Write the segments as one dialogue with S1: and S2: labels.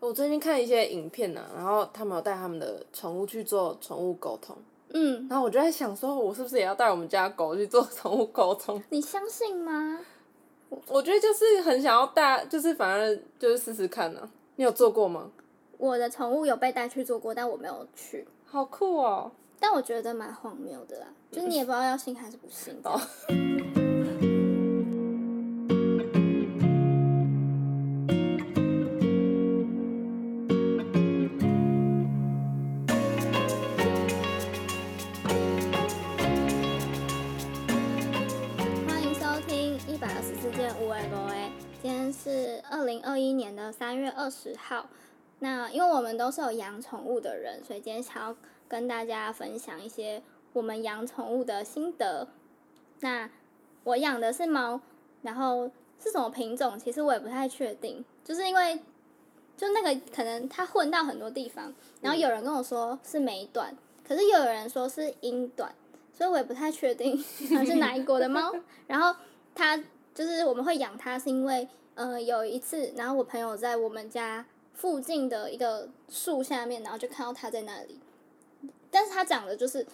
S1: 我最近看一些影片呢、然后他们有带他们的宠物去做宠物沟通，
S2: 嗯，
S1: 然后我就在想说，我是不是也要带我们家狗去做宠物沟通？
S2: 你相信吗？
S1: 我觉得就是很想要带，就是反而就是试试看呢、啊你有做过吗？
S2: 我的宠物有被带去做过，但我没有去。
S1: 好酷哦！
S2: 但我觉得蛮荒谬的啦，就是你也不知道要信还是不信的。
S1: 哦
S2: 欢迎收听一百二十四件无为罗诶，今天是二零二一年的三月二十号。那因为我们都是有养宠物的人，所以今天想要跟大家分享一些我们养宠物的心得。那我养的是猫，然后是什么品种，其实我也不太确定，就是因为就那个可能它混到很多地方，然后有人跟我说是美短，可是又有人说是英短，所以我也不太确定它是哪一国的猫。然后它就是我们会养它，是因为呃有一次，然后我朋友在我们家附近的一个树下面，然后就看到它在那里，但是它长得就是。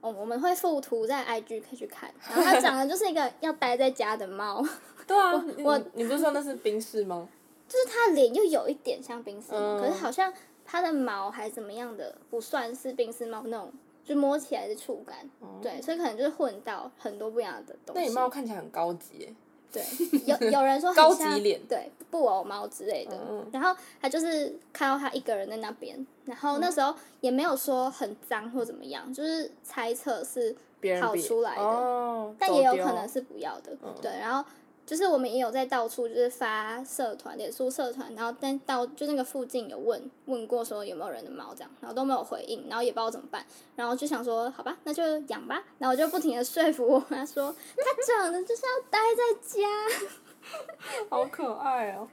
S2: 哦，我们会附图在 IG 可以去看，然后它长得就是一个要待在家的猫，
S1: 对啊，
S2: 我
S1: 我你不是说那是冰室吗？
S2: 就是它的脸又有一点像冰丝猫，
S1: 嗯
S2: 可是好像它的毛还怎么样的，不算是冰丝猫那种，就摸起来的触感。对，所以可能就是混到很多不一样的东西。
S1: 哦那你猫看起来很高级耶，
S2: 对，有有人说很
S1: 高级
S2: 像
S1: 脸
S2: 对布偶猫之类的。
S1: 嗯
S2: 然后他就是看到他一个人在那边，然后那时候也没有说很脏或怎么样，就是猜测是
S1: 别人
S2: 跑
S1: 比
S2: 出来的
S1: 哦，
S2: 但也有
S1: 走丢嗯
S2: 可能是不要的，对。然后就是我们也有在到处就是发社团、脸书社团，然后但到就那个附近有问问过说有没有人的猫这样，然后都没有回应，然后也不知道怎么办，然后就想说好吧，那就养吧，然后我就不停的说服我妈说，它长得就是要待在家，
S1: 好可爱哦。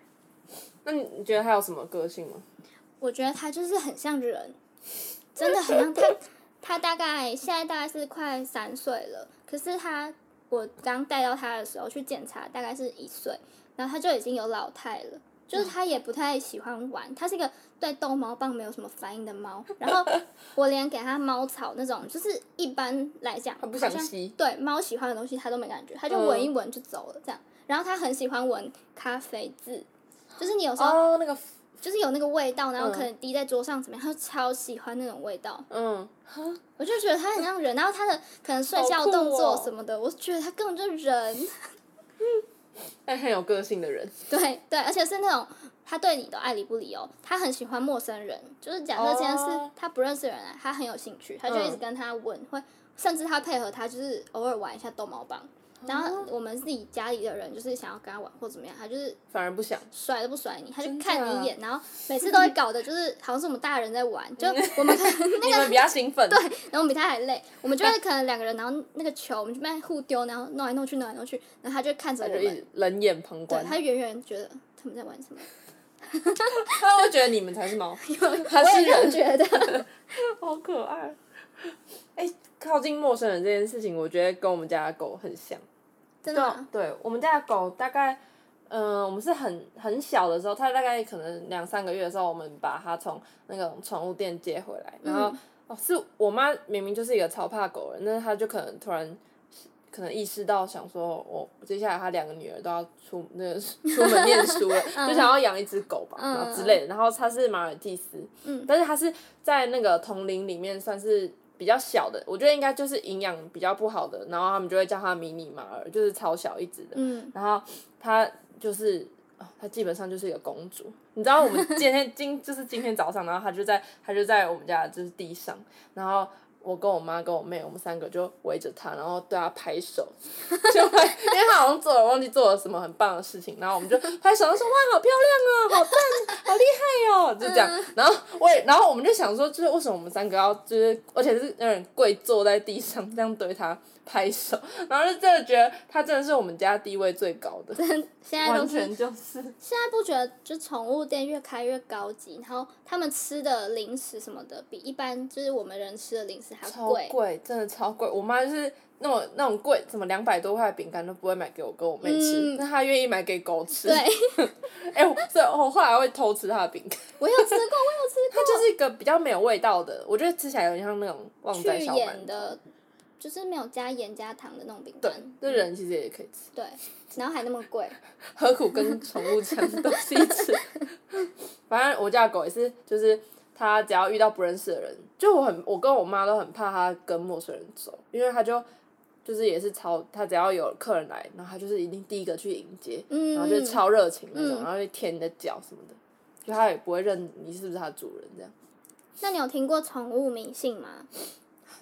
S1: 那你你觉得它有什么个性吗？
S2: 我觉得它就是很像人，真的很 像它。它大概现在大概是快三岁了，可是它我刚带到它的时候去检查，大概是一岁，然后它就已经有老态了。就是
S1: 嗯
S2: 它也不太喜欢玩，它是一个对逗猫棒没有什么反应的猫。然 后我连给它猫草那种，就是一般来讲，
S1: 它不想
S2: 好像
S1: 吸
S2: 对猫喜欢的东西，它都没感觉，它就
S1: 嗯
S2: 闻一闻就走了这样。然后它很喜欢闻咖啡渍，就是你有时候
S1: 哦，那个，
S2: 就是有那个味道，然后
S1: 嗯
S2: 可能滴在桌上怎么样，他就超喜欢那种味道，
S1: 嗯，哈
S2: 我就觉得他很像人，然后他的可能睡觉
S1: 好酷哦
S2: 动作什么的，我觉得他根本就人，
S1: 但很有个性的人。
S2: 对对，而且是那种他对你都爱理不理哦，他很喜欢陌生人，就是假设
S1: 哦
S2: 今天是他不认识的人来，他很有兴趣，他就一直跟他问，会甚至他配合他就是偶尔玩一下逗猫棒，
S1: 哦
S2: 然后我们自己家里的人就是想要跟他玩或怎么样，他就是
S1: 反而不想，
S2: 甩都不甩你，他就
S1: 真假
S2: 看你一眼，然后每次都会搞得就是好像是我们大人在玩， 就我们可能那
S1: 你
S2: 个
S1: 们比较兴奋。对，
S2: 然后我们比他还累，我们就
S1: 哎
S2: 会可能两个人，然后那个球我们就在互丢，然后弄来弄去，弄来弄去，然后他就看着
S1: 他
S2: 我
S1: 就一
S2: 们，
S1: 直冷眼旁
S2: 对
S1: 观，
S2: 他远远觉得他们在玩什么，
S1: 他会觉得你们才是 猫，他
S2: 我
S1: 是
S2: 也这样
S1: 人，
S2: 觉得，
S1: 好可爱。哎、靠近陌生人这件事情，我觉得跟我们家的狗很像。
S2: 真的
S1: 对
S2: 吗，
S1: 对，我们家的狗大概，嗯、我们是很很小的时候，它大概可能两三个月的时候，我们把它从那种宠物店接回来，然后、
S2: 嗯
S1: 哦，是我妈明明就是一个超怕狗人，但是她就可能突然。可能意识到，想说哦我接下来她两个女儿都要出那个出门念书 了，
S2: 嗯
S1: 就想要养一只狗吧，然后之类的。然后它是马尔济斯，
S2: 嗯
S1: 但是它是在那个同龄里面算是比较小的，我觉得应该就是营养比较不好的，然后他们就会叫它迷你马尔，就是超小一只的。
S2: 嗯，
S1: 然后她就是，哦她基本上就是一个公主。你知道我们今天今就是今天早上，然后她就在她就在我们家就是地上，然后我跟我妈跟我妹，我们三个就围着她，然后对她拍手，就拍，因为她好像做了忘记做了什么很棒的事情，然后我们就拍手，她说哇好漂亮哦，好赞，好厉害哦，就这样。然后我也，然后我们就想说，就是为什么我们三个要就是，而且是有点跪坐在地上这样对她。拍手，然后就真的觉得它真的是我们家地位最高的，
S2: 现在都
S1: 完
S2: 是
S1: 全就是
S2: 现在不觉得就宠物店越开越高级，然后他们吃的零食什么的，比一般就是我们人吃的零食还
S1: 超
S2: 贵。
S1: 贵，真的超贵。我妈就是那种那种贵，什么两百多块的饼干都不会买给我跟我妹吃，
S2: 嗯
S1: 那、她愿意买给狗吃。
S2: 对，
S1: 哎、我所以我后来会偷吃她的饼干，
S2: 我有吃过， 我有吃
S1: 它就是一个比较没有味道的，我觉得吃起来有点像那种旺
S2: 过
S1: 仔
S2: 去
S1: 小
S2: 盐
S1: 馒头。
S2: 的，就是没有加盐加糖的那种饼
S1: 对
S2: 干。，
S1: 这人其实也可以吃，
S2: 对，然后还那么贵。
S1: 何苦跟宠物抢东西吃？ 反正我家的狗也是，就是它只要遇到不认识的人，就我很我跟我妈都很怕它跟陌生人走，因为它就就是也是超，它只要有客人来，然后它就是一定第一个去迎接，
S2: 嗯，
S1: 然后就是超热情那种，
S2: 嗯
S1: 然后会舔你的脚什么的，就它也不会认你是不是它的主人这样。
S2: 那你有听过宠物迷信吗？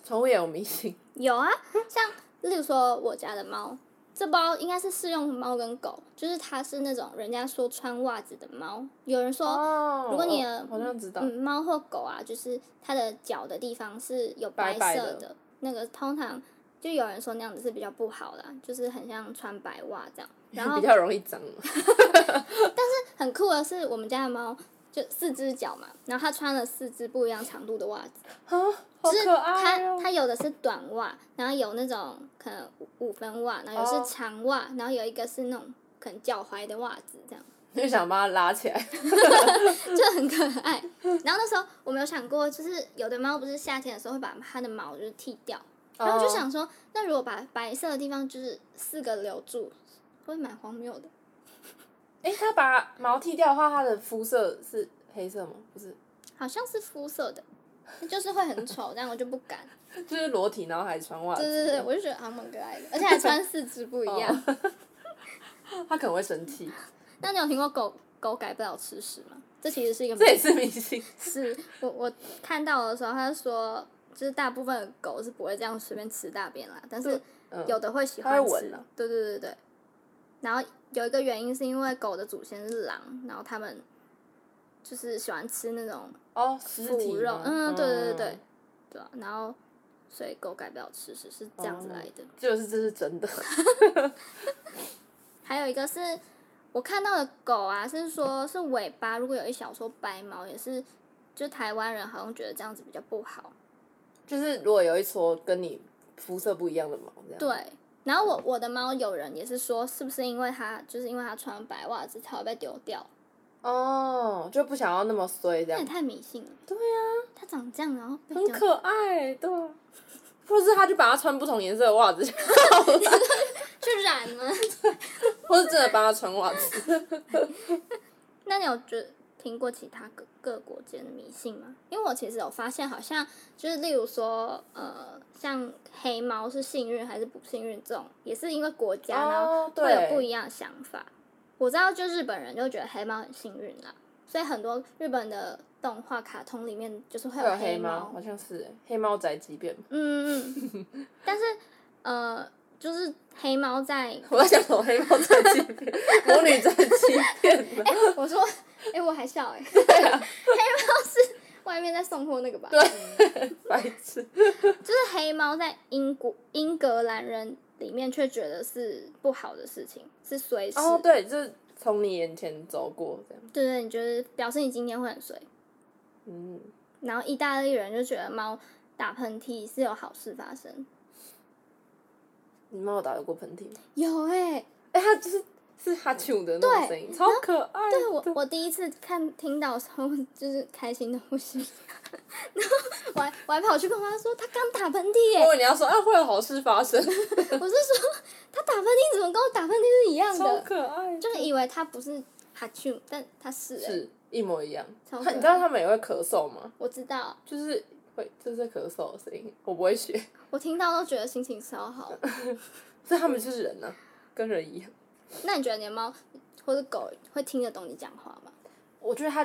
S1: 宠物也有迷信，
S2: 有啊，
S1: 嗯
S2: 像例如说我家的猫，这包应该是适用猫跟狗，就是它是那种人家说穿袜子的猫，有人说
S1: 哦
S2: 如果你的
S1: 好像知道，
S2: 嗯，猫或狗啊，就是它的脚的地方是有
S1: 白
S2: 色
S1: 白
S2: 的，
S1: 的
S2: 那个通常就有人说那样子是比较不好啦，就是很像穿白袜这样。然 后
S1: 比较容易脏嘛。
S2: 很酷的是，我们家的猫就四只脚嘛，然后它穿了四只不一样长度的袜子，
S1: 啊，好
S2: 就是
S1: 可
S2: 它
S1: 爱哦！
S2: 它有的是短袜，然后有那种可能五五分袜，然后有
S1: 哦
S2: 是长袜，然后有一个是那种可能脚踝的袜子这样。
S1: 就想把它拉起来，
S2: 就很可爱。 然后那时候我没有想过，就是有的猫不是夏天的时候会把它的毛就是剃掉，然后我就
S1: 哦
S2: 想说，那如果把白色的地方就是四个留住，会蛮荒谬的。
S1: 哎、它把毛剃掉的话，它的肤色是黑色吗？不是，
S2: 好像是肤色的，就是会很丑，但我就不 敢。
S1: 就是裸体，然后还穿袜子。
S2: 对对对，我就觉得还蛮可爱的，而且还穿四肢不一样。
S1: 哦它可能会生气，
S2: 那你有听过狗狗改不了吃屎吗？这其实是一个
S1: 这也是迷信。
S2: 是我我看到的时候，他就说，就是大部分的狗是不会这样随便吃大便啦，但是
S1: 嗯
S2: 有的会喜
S1: 它
S2: 欢
S1: 会
S2: 吃
S1: 闻啊。
S2: 对对对对。然后有一个原因是因为狗的祖先是狼，然后他们就是喜欢吃那种
S1: 哦，尸体
S2: 腐肉
S1: 吗，哦
S2: 嗯，对对对对，，对啊、然后所以狗改不了吃屎是这样
S1: 哦
S2: 子来的。
S1: 就是这是真的。
S2: 还有一个是我看到的狗啊，是说是尾巴如果有一小撮白毛，也是就台湾人好像觉得这样子比较不好。
S1: 就是如果有一撮跟你肤色不一样的毛，这样。
S2: 对，然后我我的猫有人也是说，是不是因为它就是因为它穿白袜子才会被丢掉？
S1: 哦，就不想要那么衰这
S2: 那
S1: 样
S2: 也。太迷信了。
S1: 对
S2: 啊，它长这样然后被
S1: 很
S2: 丢，
S1: 可爱，对啊。或是他就把他穿不同颜色的袜子，
S2: 去染了。
S1: 或是真的帮他穿袜子。
S2: 那你有觉听过其他各各国间的迷信吗？因为我其实有发现，好像就是例如说，呃，像黑猫是幸运还是不幸运这种，也是因为国家然后
S1: 哦，
S2: 会有不
S1: 对，
S2: 一样的想法。我知道，就日本人就觉得黑猫很幸运啦，所以很多日本的动画卡通里面就是会
S1: 会有
S2: 有
S1: 黑猫，
S2: 猫。
S1: 好像是欸黑猫宅急便。
S2: 嗯嗯，嗯 但是呃，就是黑猫在，
S1: 我在想什么黑猫宅急便，魔女宅急便 吗？
S2: 我说，哎、我还笑哎、黑猫是外面在送货那个吧？对，
S1: 白痴。
S2: 就是黑猫在英国英格兰人里面却觉得是不好的事情，是随时。
S1: 哦，对，就是从你眼前走过这样。
S2: 对对，你觉得表示你今天会很随。
S1: 嗯，
S2: 然后意大利人就觉得猫打喷嚏是有好事发生。
S1: 你猫有打过喷嚏吗？
S2: 有哎、
S1: 哎、它就是是哈啾的那种声音，超可爱的。
S2: 对我我第一次看听到的时候就是开心的不行， 然后我还我还跑去跟我妈说，她刚打喷嚏耶
S1: 我以，为你要说啊，会有好事发生，
S2: 我是说她打喷嚏怎么跟我打喷嚏是一样
S1: 超
S2: 的，
S1: 可爱。
S2: 就是以为她不是哈啾，但她是哎、
S1: 是一模一样。
S2: 超
S1: 它
S2: 可爱
S1: 你知道他们也会咳嗽吗？
S2: 我知道，
S1: 就是会，就是咳嗽的声音，我不会学，
S2: 我听到都觉得心情超好。
S1: 所以他们就是人呢、跟人一样。
S2: 那你觉得你的猫或者狗会听得懂你讲话吗？
S1: 我觉得他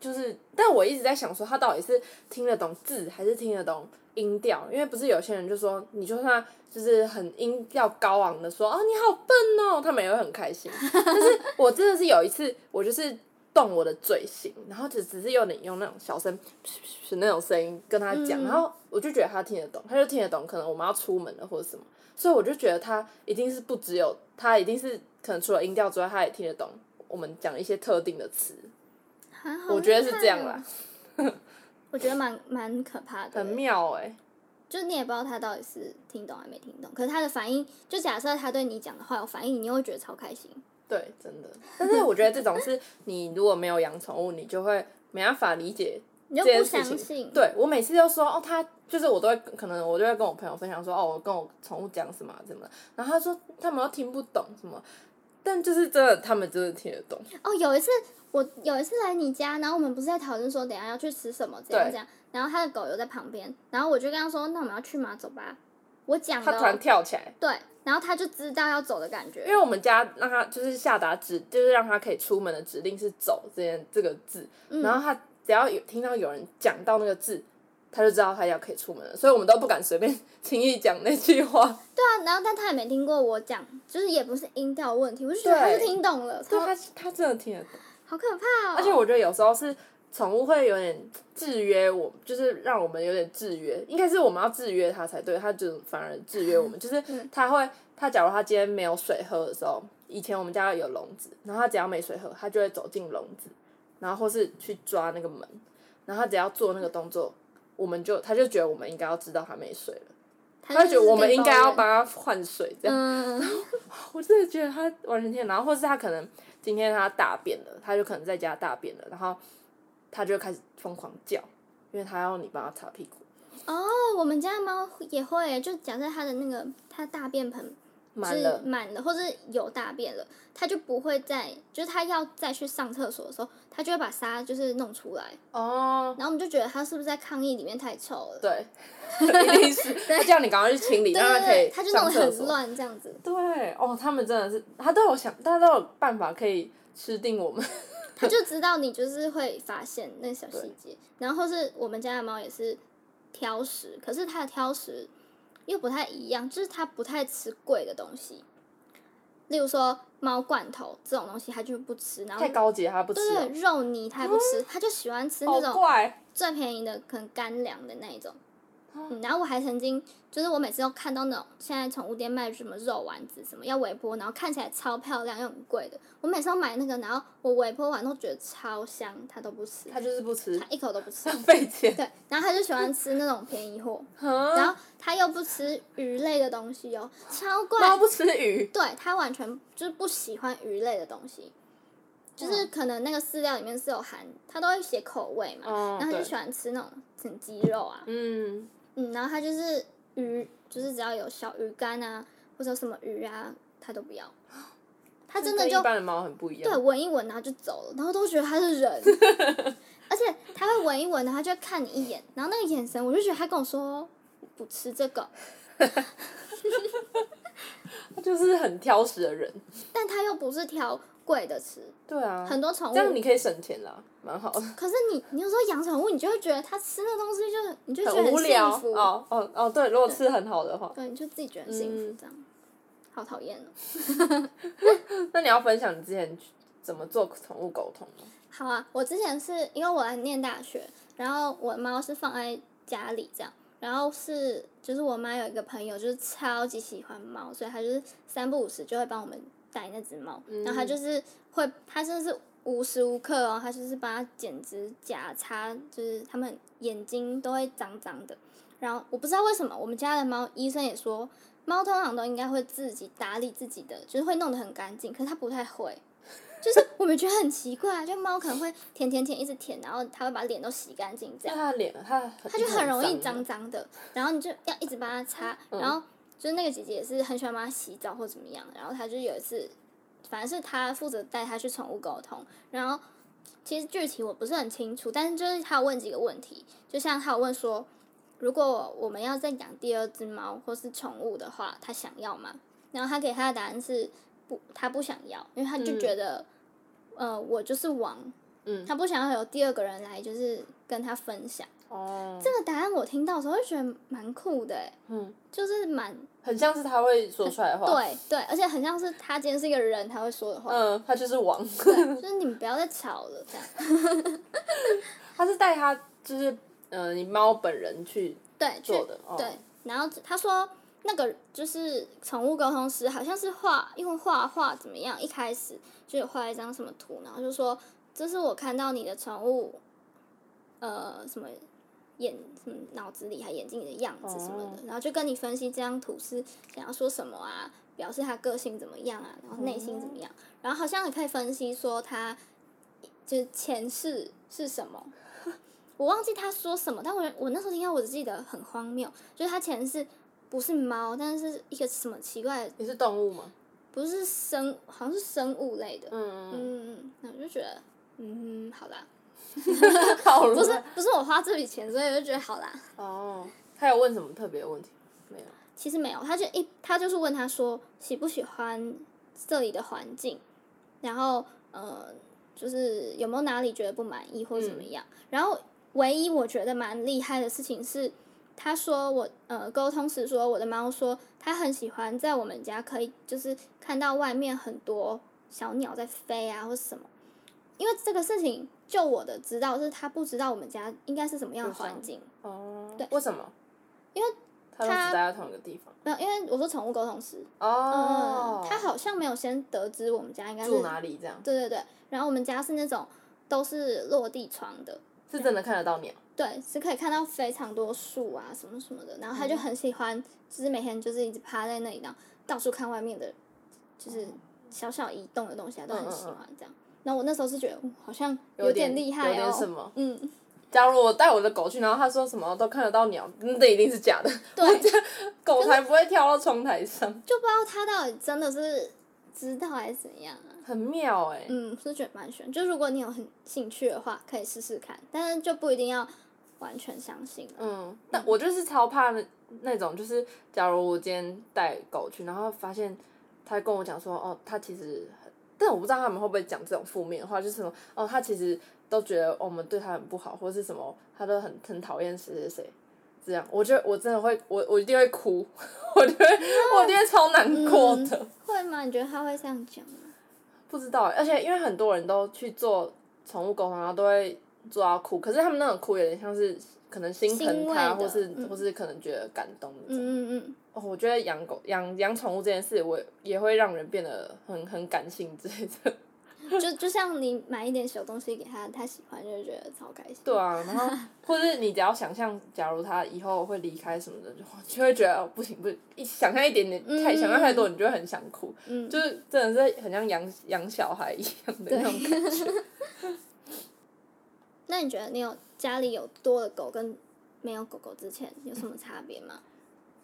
S1: 就是，但我一直在想说，他到底是听得懂字还是听得懂音调？因为不是有些人就说，你就算就是很音调高昂哦的说啊，你好笨哦，他们也会很开心。但是我真的是有一次，我就是。动我的嘴型，然后只只是有点用那种小声噗噗噗那种声音跟他讲，
S2: 嗯
S1: 然后我就觉得他听得懂，他就听得懂，可能我们要出门了或者什么，所以我就觉得他一定是不只有他一定是可能除了音调之外，他也听得懂我们讲一些特定的词，
S2: 啊
S1: 我觉得是这样。
S2: 好厉害
S1: 啦
S2: 哦，我觉得蛮蛮可怕的，欸
S1: 很妙哎、
S2: 就是你也不知道他到底是听懂还没听懂，可是他的反应，就假设他对你讲的话有反应，你又会觉得超开心。
S1: 对，真的。但是我觉得这种是你如果没有养宠物，你就会没办法理解
S2: 你
S1: 这
S2: 就
S1: 件
S2: 不
S1: 事
S2: 相
S1: 情。
S2: 信，
S1: 对我每次都说哦，他就是我都会可能我就会跟我朋友分享说哦，我跟我宠物讲什么啊怎么了，然后他说他们都听不懂什么，但就是真的他们真的听得懂。
S2: 哦，有一次我有一次来你家，然后我们不是在讨论说等一下要去吃什么怎样
S1: 对
S2: 怎样，然后他的狗又在旁边，然后我就跟他说那我们要去吗？走吧。我讲
S1: 他
S2: 的
S1: 突然
S2: 哦
S1: 跳起来，
S2: 对，然后他就知道要走的感
S1: 因为
S2: 觉。
S1: 我们家让他就是下达指，就是让他可以出门的指令是走这件这个字，
S2: 嗯
S1: 然后他只要有听到有人讲到那个字。他就知道他要可以出门了，所以我们都不敢随便 轻易讲那句话。
S2: 对啊，然后但他也没听过我讲，就是也不是音调问题，我就觉得他
S1: 对
S2: 是听懂了，
S1: 对
S2: 超
S1: 他，他真的听得懂，
S2: 好可怕哦。
S1: 而且我觉得有时候是宠物会有点制约我，就是让我们有点制约，应该是我们要制约它才对，它就反而制约 我们，就是
S2: 嗯
S1: 它会，它假如它今天没有水喝的时候，以前我们家有笼子，然后它只要没水喝，它就会走进笼子，然后或是去抓那个门，然后它只要做那个动作，我们就它就觉得我们应该要知道它没水了，它
S2: 他
S1: 就觉得我们应该要帮
S2: 把
S1: 它换水这样。
S2: 嗯，
S1: 我真的觉得他完全听得懂，然后或是他可能今天他大便了，他就可能在家大便了，然后他就开始疯狂叫，因为他要你帮他擦屁股。
S2: 哦，我们家的猫也会，就假设它的那个它大便盆
S1: 满
S2: 是嗯
S1: 了，
S2: 满了，或是有大便了，它就不会再，就是它要再去上厕所的时候，它就会把沙就是弄出来，
S1: 哦，
S2: 然后我们就觉得它是不是在抗议里面太臭了？
S1: 对，一定是他叫你赶快去清理，
S2: 对
S1: 让他
S2: 对
S1: 可
S2: 对，
S1: 以
S2: 它就弄
S1: 上
S2: 得
S1: 厕
S2: 很
S1: 所。
S2: 乱这样子，
S1: 对，哦，他们真的是，他都有想，他都有办法可以吃定我们。
S2: 它就知道你就是会发现那小细节，然后或是我们家的猫也是挑食，可是它的挑食又不太一样，就是它不太吃贵的东西。例如说猫罐头这种东西，它就不吃，然后
S1: 太高级了，他不吃
S2: 对
S1: 哦，
S2: 对，肉泥它也不吃，它就喜欢吃那
S1: 好
S2: 种
S1: 怪。
S2: 最便宜的，可能干粮的那一种。嗯，然后我还曾经，就是我每次都看到那种现在宠物店卖什么肉丸子什么要微波，然后看起来超漂亮又很贵的，我每次都买那个，然后我微波完都觉得超香，它都不吃，
S1: 他就是不吃
S2: 它，一口都不 吃
S1: 浪。费钱。
S2: 对，然后它就喜欢吃那种便宜货，
S1: 然
S2: 然后它又不吃鱼类的东西哦，超贵。
S1: 猫不吃鱼，
S2: 对他完全就是不喜欢鱼类的东西，就是可能那个饲料里面是有含，他都会写口味嘛，
S1: 哦
S2: 然后他
S1: 对
S2: 就喜欢吃那种整鸡肉啊，
S1: 嗯，
S2: 嗯，然后他就是鱼，就是只要有小鱼干啊，或者有什么鱼啊，他都不要，他真的
S1: 跟
S2: 就
S1: 一般的猫很不一样。
S2: 对，闻一闻，然后就走了，然后都觉得他是 人，而且他会闻一闻，然后他就会看你一眼，然后那个眼神，我就觉得他跟我说不吃这个，
S1: 他就是很挑食的人。
S2: 但他又不是挑贵的吃，
S1: 对啊，
S2: 很多宠物
S1: 这样你可以省钱啦，蛮好的，
S2: 可是你，你有时候养宠物，你就会觉得它吃那东西就，你就觉得
S1: 很无聊
S2: 幸福，
S1: 哦哦哦，对，如果吃很好的话，
S2: 对，你就自己觉得很幸福
S1: 嗯，
S2: 这样，好讨厌哦。
S1: 那你要分享你之前怎么做宠物沟通吗？
S2: 好啊，我之前是因为我来念大学，然后我的猫是放在家里这样，然后是就是我妈有一个朋友就是超级喜欢猫，所以她就是三不五时就会帮我们带那只猫，然后她就是会，她真的是无时无刻哦，她就是帮它剪指甲、擦，就是它们眼睛都会脏脏的。然后我不知道为什么我们家的猫，医生也说，猫通常都应该会自己打理自己的，就是会弄得很干净，可是它不太会。 就是我们觉得很奇怪，啊就猫可能会舔舔舔，一直舔，然后它会把脸都洗干净，这
S1: 那
S2: 样
S1: 它的脸，它它
S2: 它就很容易脏。脏的。嗯然后你就要一直帮它擦，然后就是那个姐姐也是很喜欢帮它洗澡或怎么样。然后她就有一次，反正是她负责带它去宠物沟通，然后其实具体我不是很清楚，但是就是她有问几个问题，就像她有问说，如果我们要再养第二只猫或是宠物的话，她想要吗？然后她给她的答案是不，她不想要，因为她就
S1: 嗯
S2: 觉得。呃，我就是王，
S1: 嗯
S2: 他不想要有第二个人来，就是跟他分享。
S1: 哦，
S2: 这个答案我听到的时候就觉得蛮酷的、欸，
S1: 嗯，
S2: 就是蛮
S1: 很像是他会说出来的话，，
S2: 对对，而且很像是他今天是一个人他会 说的话，
S1: 嗯，他就是王，
S2: 对，就是你们不要再吵了，这样。
S1: 他是带他就是呃你猫本人去
S2: 对，去
S1: 做的，哦、
S2: 对，，然后他说那个就是宠物沟通师，好像是画，因为画画怎么样，一开始就有画一张什么图，然后就说这是我看到你的宠物，呃，什么眼什么脑子里还眼睛里的样子什么的，
S1: 哦
S2: 然后就跟你分析这张图是想要说什么啊，表示他个性怎么样啊，然后内心怎么
S1: 哦
S2: 样，然后好像也可以分析说他就是前世是什么。我忘记他说什么，但我我那时候听到，我只记得很荒谬，就是他前世不是猫，但是是一个什么奇怪的，
S1: 你是动物吗？
S2: 不是生，好像是生物类的，
S1: 嗯，
S2: 嗯，那我就觉得，嗯，好啦，
S1: 好了，
S2: 嗯不是不是我花这笔钱，所以我就觉得好啦。
S1: 哦，他有问什么特别的问题？没有，
S2: 其实没有，他就一他就是问他说喜不喜欢这里的环境，然后呃，就是有没有哪里觉得不满意或怎么样。然后唯一我觉得蛮厉害的事情是，他说我呃沟通时说我的猫说它很喜欢在我们家可以就是看到外面很多小鸟在飞啊或什么，因为这个事情就我的知道是他不知道我们家应该是什么样的
S1: 有什么
S2: 环境。
S1: 哦，
S2: 对
S1: 为什么？
S2: 因为
S1: 他都只
S2: 他
S1: 待在同一个地方，
S2: 没有，因为我说宠物沟通师，
S1: 哦
S2: 嗯，，他好像没有先得知我们家应该是
S1: 住哪里这样，
S2: 对对对，然后我们家是那种都是落地窗的，
S1: 是真的看得到鸟，
S2: 对，是可以看到非常多树啊什么什么的，然后他就
S1: 嗯
S2: 很喜欢，就是每天就是一直趴在那里，然后到处看外面的，就是
S1: 哦
S2: 小小移动的东西啊，都很喜欢这样。然后我那时候是觉得，嗯好像
S1: 嗯有
S2: 点厉害
S1: 有点什
S2: 哦，
S1: 么？
S2: 嗯，
S1: 假如我带我的狗去，然后他说什么都看得到鸟，那一定是假的，
S2: 对，
S1: 狗才不会跳到窗台上，
S2: 就不知道他到底真的是知道还是怎样啊。
S1: 很妙哎、
S2: 嗯，是觉得蛮悬。就如果你有很兴趣的话，可以试试看，但是就不一定要完全相信了。
S1: 嗯，但我就是超怕那那种，就是假如我今天带狗去，然后发现他跟我讲说，哦，他其实很，但我不知道他们会不会讲这种负面的话，就是什么，哦，他其实都觉得我们对他很不好，或是什么，他都很很讨厌谁谁谁。这样，我觉得我真的会，我我一定会哭， 我觉得我一定会超难过的。
S2: 会吗？你觉得他会这样讲吗？
S1: 不知道欸，而且因为很多人都去做宠物沟通，然后都会做到哭，可是他们那种哭有点像是可能心疼
S2: 欣慰
S1: 它，
S2: 的
S1: 或是、
S2: 嗯
S1: 或是可能觉得感动那种。
S2: 嗯嗯嗯，
S1: 哦，我觉得养狗、养养宠物这件事，我也会让人变得很很感性之类的。 嗯
S2: 就就像你买一点小东西给他，他喜欢就会觉得超开心。
S1: 对啊，然 后或是你只要想象，假如它以后会离开什么的，就就会觉得、哦、不行不行，一想象一点点太
S2: 嗯
S1: 想象太多，你就会很想哭。
S2: 嗯，
S1: 就是真的是很像养养小孩一样的那种感觉。
S2: 那你觉得你有家里有多的狗跟没有狗狗之前有什么差别吗？
S1: 嗯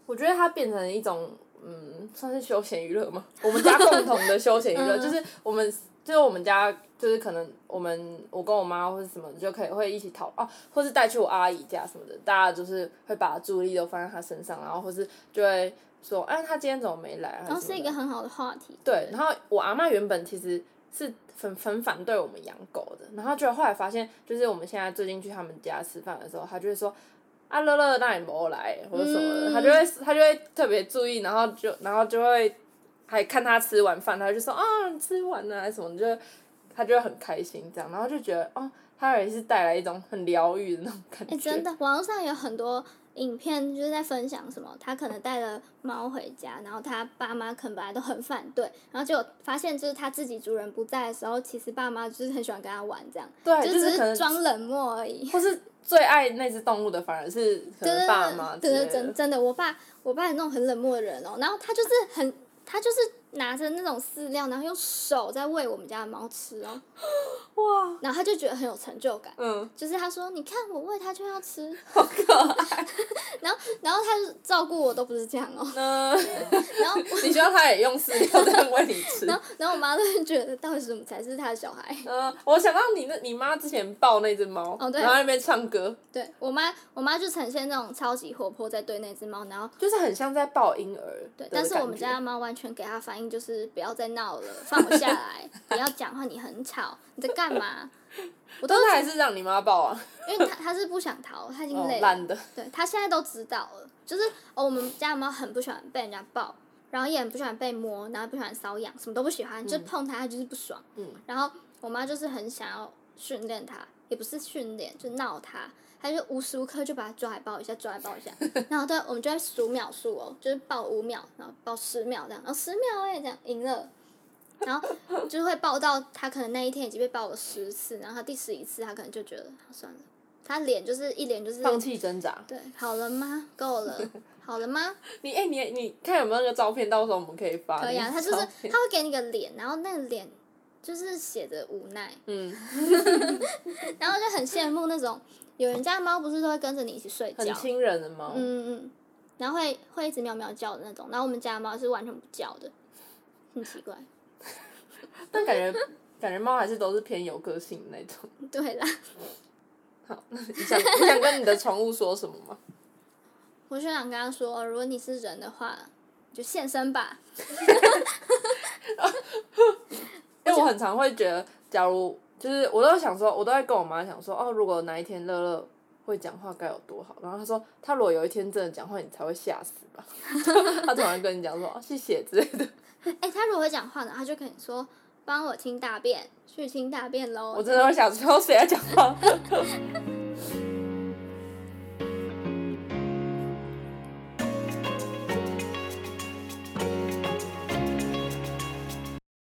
S1: 我觉得它变成一种，嗯，算是休闲娱乐嘛。我们家共同的休闲娱乐
S2: 嗯
S1: 就是我们，就是我们家，就是可能我们我跟我妈或者什么就可以会一起讨啊，或是带去我阿姨家什么的，大家就是会把注意力都放在她身上，然后或是就会说，哎、她今天怎么没来啊？
S2: 然后
S1: 什么
S2: 哦是一
S1: 的
S2: 个很好的话题。
S1: 对，然后我阿妈原本其实是很很反对我们养狗的，然后就后来发现，就是我们现在最近去他们家吃饭的时候，她就会说。啊乐乐，那你没来或者什么的，
S2: 嗯
S1: 她就会她就会特别注意，然后就然后就会还看她吃完饭，她就说啊你吃完了、还啊是什么，就她就会很开心这样，然后就觉得哦，她也是带来一种很疗愈的那种感
S2: 哎、
S1: 觉。
S2: 真的，网络上有很多影片就是在分享什么，他可能带了猫回家，然后他爸妈可能本来都很反对，然后结果发现就是他自己主人不在的时候，其实爸妈就是很喜欢跟他玩这样，
S1: 对，啊
S2: 就
S1: 就
S2: 只
S1: 可能
S2: 是装冷漠而已。
S1: 或是最爱那只动物的，反而是 可
S2: 对
S1: 能
S2: 对
S1: 爸妈之
S2: 对，
S1: 类的。
S2: 对对，真真的，我爸我爸也那种很冷漠的人哦，然后他就是很他就是拿着那种饲料，然后用手在喂我们家的猫吃哦，
S1: 哇，
S2: 然后他就觉得很有成就感。
S1: 嗯，
S2: 就是他说，你看我喂它就要吃， 好可 爱。然后，然后他就照顾我都不是这样哦、
S1: 那。
S2: 然后，
S1: 你希望他也用饲料这样喂你吃？
S2: 然后，然后我妈都会觉得，到底什么才是他的小孩？
S1: 嗯，我想到你那你妈之前抱那只猫，
S2: 哦对
S1: 然后在那边唱歌，
S2: 对我妈，我妈就呈现那种超级活泼，在对那只猫，然后
S1: 就是很像在抱婴儿的
S2: 对
S1: 感觉。，
S2: 但是我们家的 猫完全给它反应就是不要再闹了，放我下来，不要讲话，你很吵，你在干干嘛？我都
S1: 但是还是让你妈抱啊，
S2: 因为他他是不想逃，他已经
S1: 哦
S2: 累了，
S1: 懒的，
S2: 对他现在都知道了，就是哦，我们家的猫很不喜欢被人家抱，然后也很不喜欢被摸，然后不喜欢瘙痒，什么都不喜欢，就碰它它就是不爽。
S1: 嗯
S2: 然后我妈就是很想要训练它，也不是训练，就闹它，她就无时无刻就把它抓来抱一下，抓来 抱一下，然后对，我们就在数秒数哦，就是抱五秒，然后抱十秒这样，然后十秒哎、这样赢了。然后就是会抱到它可能那一天已经被抱了十次，然后它第十一次它可能就觉得啊算了，它脸就是一脸就是
S1: 放弃挣扎。
S2: 对，好 了吗？够了，好了吗？
S1: 你哎、你你看有没有那个照片，到时候我们可以发。
S2: 可以啊，
S1: 那
S2: 他
S1: 个
S2: 就是
S1: 照片
S2: 他会给你个脸，然后那个脸就是写着无奈，
S1: 嗯，
S2: 然后就很羡慕那种有人家的猫不是都会跟着你一起睡觉，
S1: 很亲人的猫。
S2: 嗯嗯嗯，然后会会一直喵喵叫的那种，然后我们家的猫是完全不叫的，很奇怪。
S1: 但感觉感觉猫还是都是偏有个性的那种。
S2: 对啦，
S1: 你想你想跟你的宠物说什么吗？
S2: 我就想跟他说、哦如果你是人的话，你就现身吧。
S1: 因为我很常会觉得，假如就是我都想说，我都会跟我妈想说，哦，如果哪一天乐乐会讲话该有多好。然后她说，她如果有一天真的讲话，你才会吓死吧。 她突然跟你讲说，哦，谢谢之类的。
S2: 哎、他如果会讲话呢，他就跟你说帮我清大便，去清大便喽。
S1: 我真的会想说，谁在讲话？